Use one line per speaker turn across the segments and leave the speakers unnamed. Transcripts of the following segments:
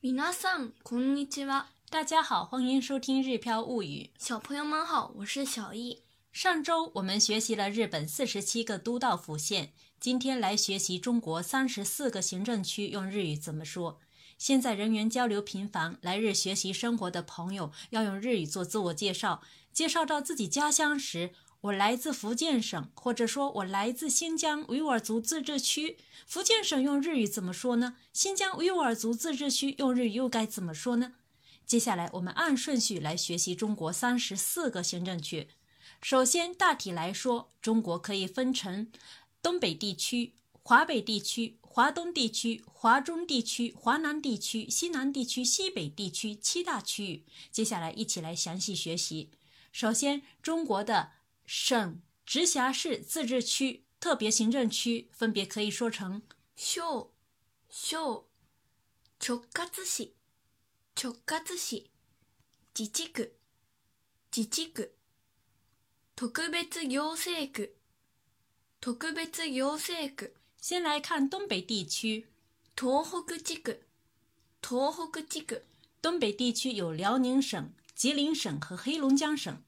皆さんこんにちは。
大家好，欢迎收听《日飘物语》。
小朋友们好，我是小易。
上周我们学习了日本四十七个都道府县，今天来学习中国三十四个行政区用日语怎么说。现在人员交流频繁，来日学习生活的朋友要用日语做自我介绍。介绍到自己家乡时，我来自福建省，或者说我来自新疆维吾尔族自治区。福建省用日语怎么说呢？新疆维吾尔族自治区用日语又该怎么说呢？接下来我们按顺序来学习中国三十四个行政区。首先，大体来说，中国可以分成东北地区、华北地区、华东地区、华中地区、华南地区、西南地区、西北地区七大区域。接下来一起来详细学习。首先，中国的省、直辖市、自治区、特别行政区分别可以说成
小、小、直轄市、直轄市、自治区、自治区、特別行政区、特別行政区、
先来看东北地区，
東北地区、東北地区、
东北地区有辽宁省、吉林省和黑龙江省。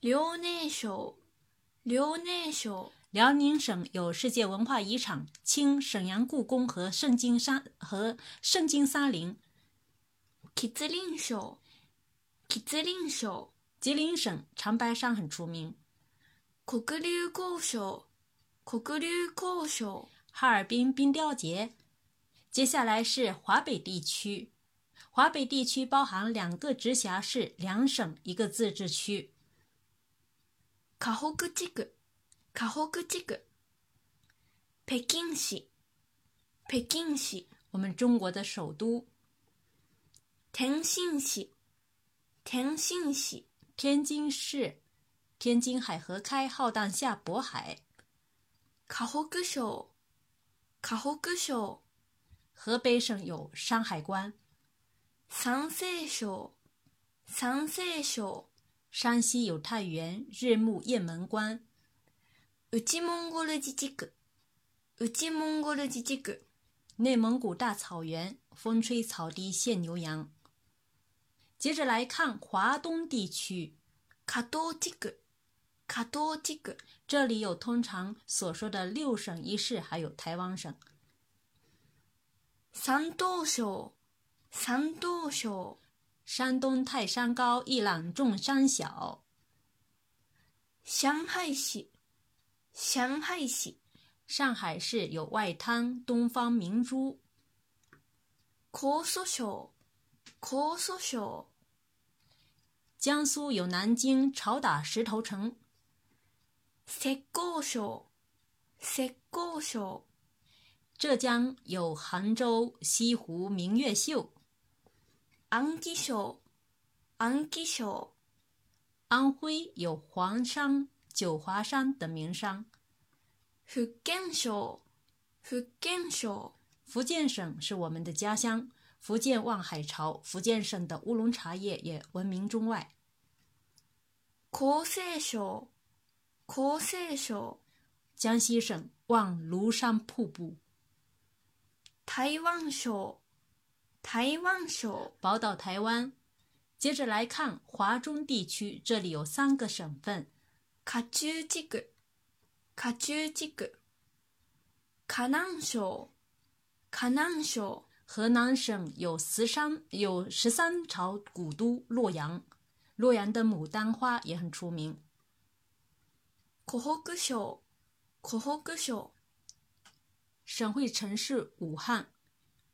遼寧省、遼寧省、
辽宁省有世界文化遗产清沈阳故宫和圣经山和圣经山林。
吉林省、吉林省、
吉林省长白山很出名，
黒竜江省、黒竜江省、
哈尔滨冰雕节。接下来是华北地区，华北地区包含两个直辖市、两省、一个自治区。
河北地区、河北地区、北京市、北京市、
我们中国的首都
天津市、天津市、
天津市，天津海河开浩荡下渤海。
河北省、河北省、
河北省有山海关，
山西省、山西省、
山西有太原、日暮、雁门关。
内蒙古自治区、内蒙古自治区、
内蒙古大草原，风吹草低见牛羊。接着来看华东地区，
加东地区、加东地区、
这里有通常所说的六省一市，还有台湾省。
山东省、山东省、
山东泰山高，一览众山小。
上海市、上海市、
上海市有外滩、东方明珠。
江苏省、江苏省、
江苏有南京、潮打、石头城。
浙江省、浙江省、
浙江有杭州、西湖、明月秀。
安吉省、安吉省、
安徽有黄山、九华山等名山。
福建省、福建省、
福建省是我们的家乡，福建望海潮，福建省的乌龙茶叶也闻名中外。
江西省、江西省、
江西省望庐山瀑布，
台湾省、台湾省、
宝岛台湾。接着来看华中地区，这里有三个省份：
甲州地区、甲州地区、河南省、河南省、
河南省有十三有十三朝古都洛阳，洛阳的牡丹花也很出名。
湖北省、湖北省、
省会城市武汉，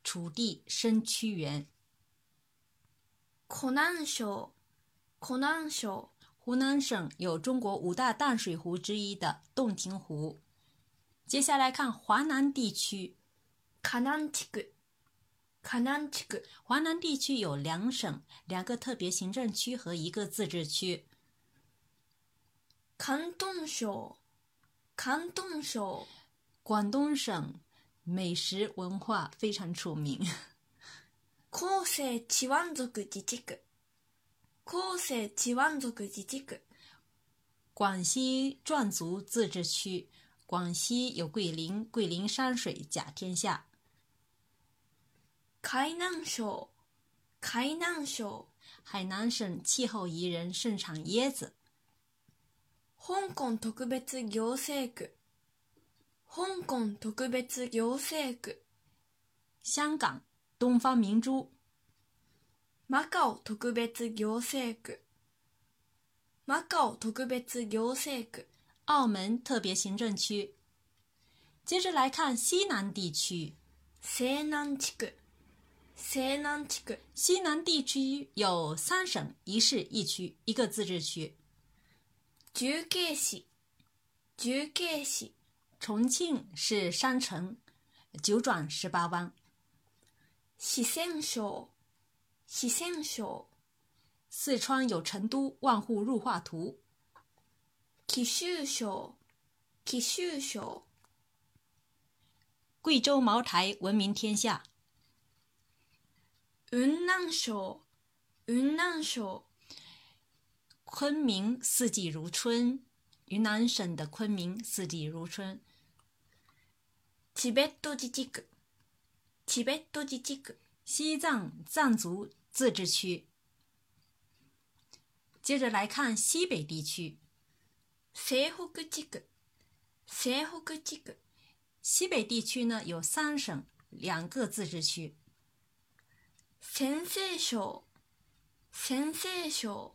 楚地生屈原。
河南省、河南省、
湖南省有中国五大淡水湖之一的洞庭湖。接下来看华南地区，
河南地区、河南地区、
华南地区有两省、两个特别行政区和一个自治区。
广东省、广东省、
广东省美食文化非常出名，
広西チワン族自治区、広西チワン族自治区、
广西壮族自治区，广西有桂林，桂林山水甲天下。
海南省、海南省、
海南省气候宜人，盛产椰子。
香港特別行政区、香港特別行政区、
香港东方明珠，
マカオ特別行政区、マカオ特別行政区、
澳门特别行政区。接着来看西南地区，
西南地区、西南地区、
西南地区有三省一市一区一个自治区：
重慶市、重慶市、
重庆是山城，九转十八弯；
四川省、四川省、
四川有成都万户入画图，
貴州省、貴州省、
贵州茅台闻名天下，
雲南省、雲南省、
昆明四季如春。云南省的昆明四季如春。
チベット自治区、チベット自治区、
西藏藏族自治区。接着来看西北地区，
西北地区、西北地区、
西北地区呢有三省两个自治区：
先西省、先西省、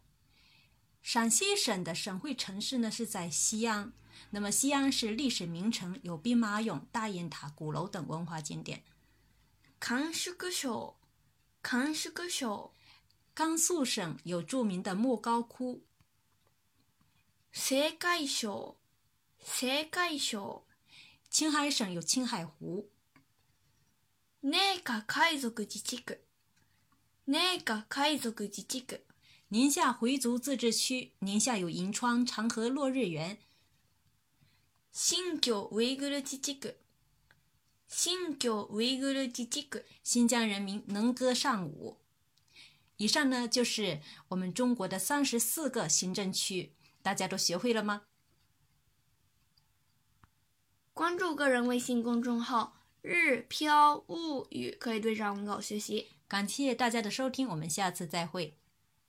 陕西省的省会城市呢是在西安，那么西安是历史名城，有兵马俑、大雁塔、鼓楼等文化景点。
甘肃省、甘肃省、
甘肃省有著名的莫高窟，
青海省、青海省、
青海省有青海湖，
寧夏海賊自治区、寧夏海賊自治区、
宁夏回族自治区，宁夏有银川、长河落日圆。
新疆ウイグル自治区、新疆ウイグル自治区、
新疆人民能歌善舞。以上呢就是我们中国的三十四个行政区，大家都学会了吗？
关注个人微信公众号“日飘物语”，可以对照文稿学习。
感谢大家的收听，我们下次再会。